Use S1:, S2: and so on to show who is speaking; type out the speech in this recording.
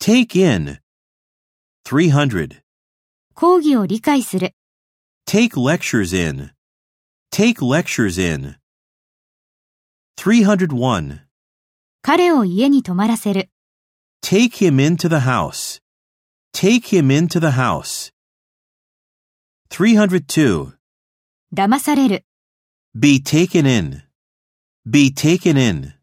S1: Take in. 300.
S2: 講義を理解する。
S1: Take lectures in. Take lectures in. 301.
S2: 彼を家に泊まらせる。
S1: Take him into the house. Take him into the house. 302.
S2: 騙される。
S1: Be taken in. Be taken in.